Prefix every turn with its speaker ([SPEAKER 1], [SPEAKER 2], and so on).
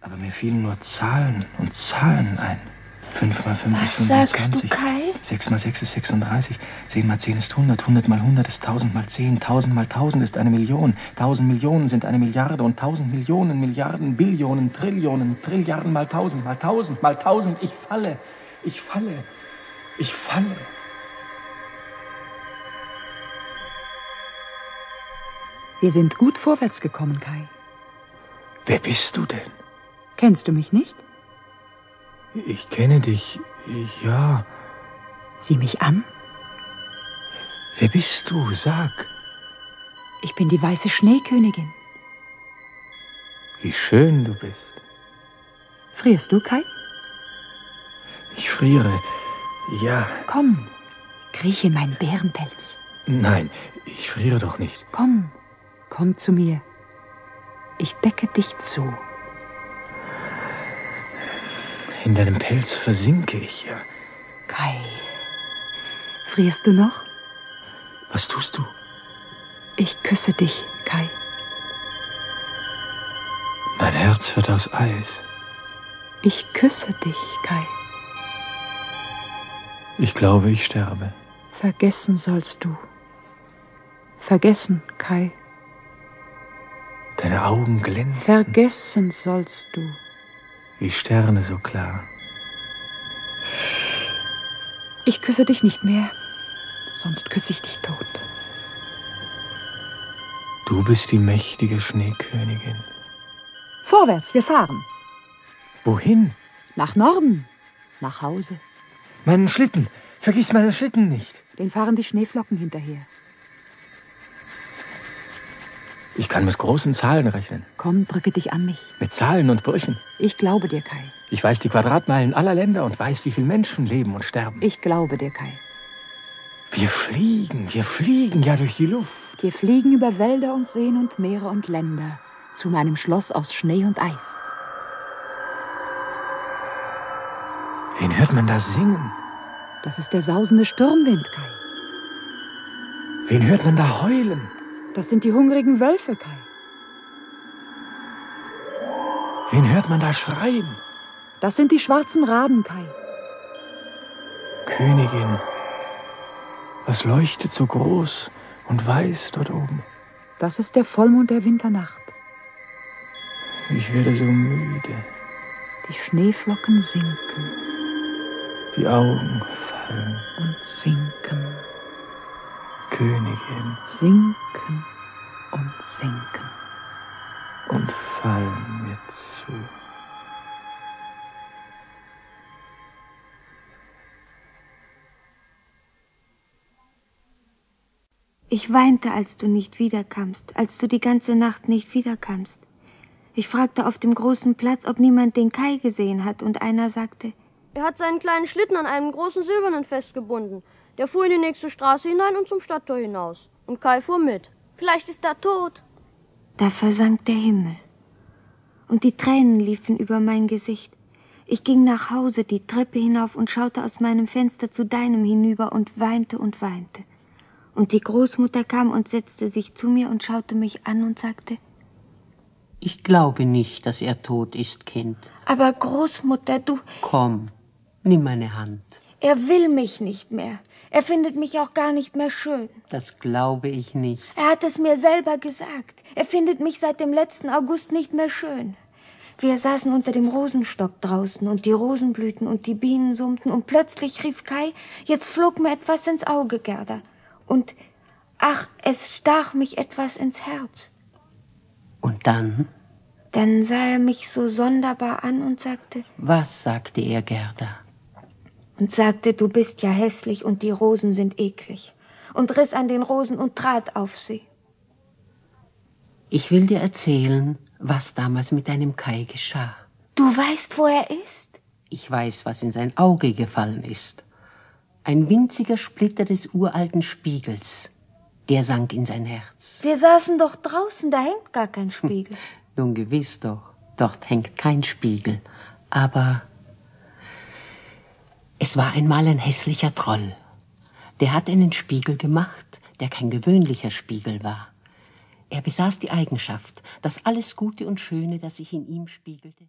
[SPEAKER 1] Aber mir fielen nur Zahlen und Zahlen ein. 5 mal 5
[SPEAKER 2] Was
[SPEAKER 1] ist
[SPEAKER 2] sagst
[SPEAKER 1] 25.
[SPEAKER 2] du, Kai?
[SPEAKER 1] 6 mal 6 ist 36. 10 mal 10 ist 100. 100 mal 100 ist 1000 mal 10. 1000 mal 1000 ist eine Million. 1000 Millionen sind eine Milliarde. Und 1000 Millionen, Milliarden, Billionen, Trillionen, Trilliarden mal 1000 mal 1000 mal 1000. Ich falle. Ich falle. Ich falle.
[SPEAKER 3] Wir sind gut vorwärts gekommen, Kai.
[SPEAKER 1] Wer bist du denn?
[SPEAKER 3] Kennst du mich nicht?
[SPEAKER 1] Ich kenne dich. Ja.
[SPEAKER 3] Sieh mich an.
[SPEAKER 1] Wer bist du? Sag.
[SPEAKER 3] Ich bin die weiße Schneekönigin.
[SPEAKER 1] Wie schön du bist.
[SPEAKER 3] Frierst du, Kai?
[SPEAKER 1] Ich friere. Ja.
[SPEAKER 3] Komm. Kriech in meinen Bärenpelz.
[SPEAKER 1] Nein, ich friere doch nicht.
[SPEAKER 3] Komm. Komm zu mir. Ich decke dich zu.
[SPEAKER 1] In deinem Pelz versinke ich ja.
[SPEAKER 3] Kai. Frierst du noch?
[SPEAKER 1] Was tust du?
[SPEAKER 3] Ich küsse dich, Kai.
[SPEAKER 1] Mein Herz wird aus Eis.
[SPEAKER 3] Ich küsse dich, Kai.
[SPEAKER 1] Ich glaube, ich sterbe.
[SPEAKER 3] Vergessen sollst du. Vergessen, Kai.
[SPEAKER 1] Deine Augen glänzen
[SPEAKER 3] Vergessen sollst du.
[SPEAKER 1] wie Sterne so klar.
[SPEAKER 3] Ich küsse dich nicht mehr, sonst küsse ich dich tot.
[SPEAKER 1] Du bist die mächtige Schneekönigin.
[SPEAKER 3] Vorwärts, wir fahren.
[SPEAKER 1] Wohin?
[SPEAKER 3] Nach Norden. Nach Hause.
[SPEAKER 1] Meinen Schlitten. Vergiss meinen Schlitten nicht.
[SPEAKER 3] Den fahren die Schneeflocken hinterher.
[SPEAKER 1] Ich kann mit großen Zahlen rechnen.
[SPEAKER 3] Komm, drücke dich an mich.
[SPEAKER 1] Mit Zahlen und Brüchen.
[SPEAKER 3] Ich glaube dir, Kai.
[SPEAKER 1] Ich weiß die Quadratmeilen aller Länder und weiß, wie viele Menschen leben und sterben.
[SPEAKER 3] Ich glaube dir, Kai.
[SPEAKER 1] Wir fliegen, wir fliegen ja durch die Luft.
[SPEAKER 3] Wir fliegen über Wälder und Seen und Meere und Länder zu meinem Schloss aus Schnee und Eis.
[SPEAKER 1] Wen hört man da singen?
[SPEAKER 3] Das ist der sausende Sturmwind, Kai.
[SPEAKER 1] Wen hört man da heulen?
[SPEAKER 3] Das sind die hungrigen Wölfe, Kai.
[SPEAKER 1] Wen hört man da schreien?
[SPEAKER 3] Das sind die schwarzen Raben, Kai.
[SPEAKER 1] Königin, was leuchtet so groß und weiß dort oben?
[SPEAKER 3] Das ist der Vollmond der Winternacht.
[SPEAKER 1] Ich werde so müde.
[SPEAKER 3] Die Schneeflocken sinken
[SPEAKER 1] Die Augen fallen.
[SPEAKER 3] und sinken,
[SPEAKER 1] Königin
[SPEAKER 3] sinken und sinken.
[SPEAKER 1] und fallen mir zu.
[SPEAKER 2] Ich weinte, als du nicht wiederkamst, als du die ganze Nacht nicht wiederkamst. Ich fragte auf dem großen Platz, ob niemand den Kai gesehen hat, und einer sagte,
[SPEAKER 4] Er hat seinen kleinen Schlitten an einem großen silbernen festgebunden. Der fuhr in die nächste Straße hinein und zum Stadttor hinaus. Und Kai fuhr mit.
[SPEAKER 5] Vielleicht ist er tot.
[SPEAKER 2] da versank der Himmel. Und die Tränen liefen über mein Gesicht. Ich ging nach Hause die Treppe hinauf und schaute aus meinem Fenster zu deinem hinüber und weinte und weinte. Und die Großmutter kam und setzte sich zu mir und schaute mich an und sagte,
[SPEAKER 6] Ich glaube nicht, dass er tot ist, Kind.
[SPEAKER 2] aber Großmutter, du,
[SPEAKER 6] Komm, nimm meine Hand.
[SPEAKER 2] er will mich nicht mehr. Er findet mich auch gar nicht mehr schön.
[SPEAKER 6] Das glaube ich nicht.
[SPEAKER 2] Er hat es mir selber gesagt. Er findet mich seit dem letzten August nicht mehr schön. Wir saßen unter dem Rosenstock draußen und die Rosenblüten und die Bienen summten und plötzlich rief Kai, jetzt flog mir etwas ins Auge, Gerda. Und ach, es stach mich etwas ins Herz.
[SPEAKER 6] Und dann,
[SPEAKER 2] Dann sah er mich so sonderbar an und sagte,
[SPEAKER 6] was sagte er, Gerda?
[SPEAKER 2] und sagte, du bist ja hässlich und die Rosen sind eklig. Und riss an den Rosen und trat auf sie.
[SPEAKER 6] Ich will dir erzählen, was damals mit deinem Kai geschah.
[SPEAKER 2] Du weißt, wo er ist?
[SPEAKER 6] Ich weiß, was in sein Auge gefallen ist. Ein winziger Splitter des uralten Spiegels. Der sank in sein Herz.
[SPEAKER 2] Wir saßen doch draußen, da hängt gar kein Spiegel.
[SPEAKER 6] Nun gewiss doch, dort hängt kein Spiegel. Aber es war einmal ein hässlicher Troll. Der hat einen Spiegel gemacht, der kein gewöhnlicher Spiegel war. Er besaß die Eigenschaft, dass alles Gute und Schöne, das sich in ihm spiegelte,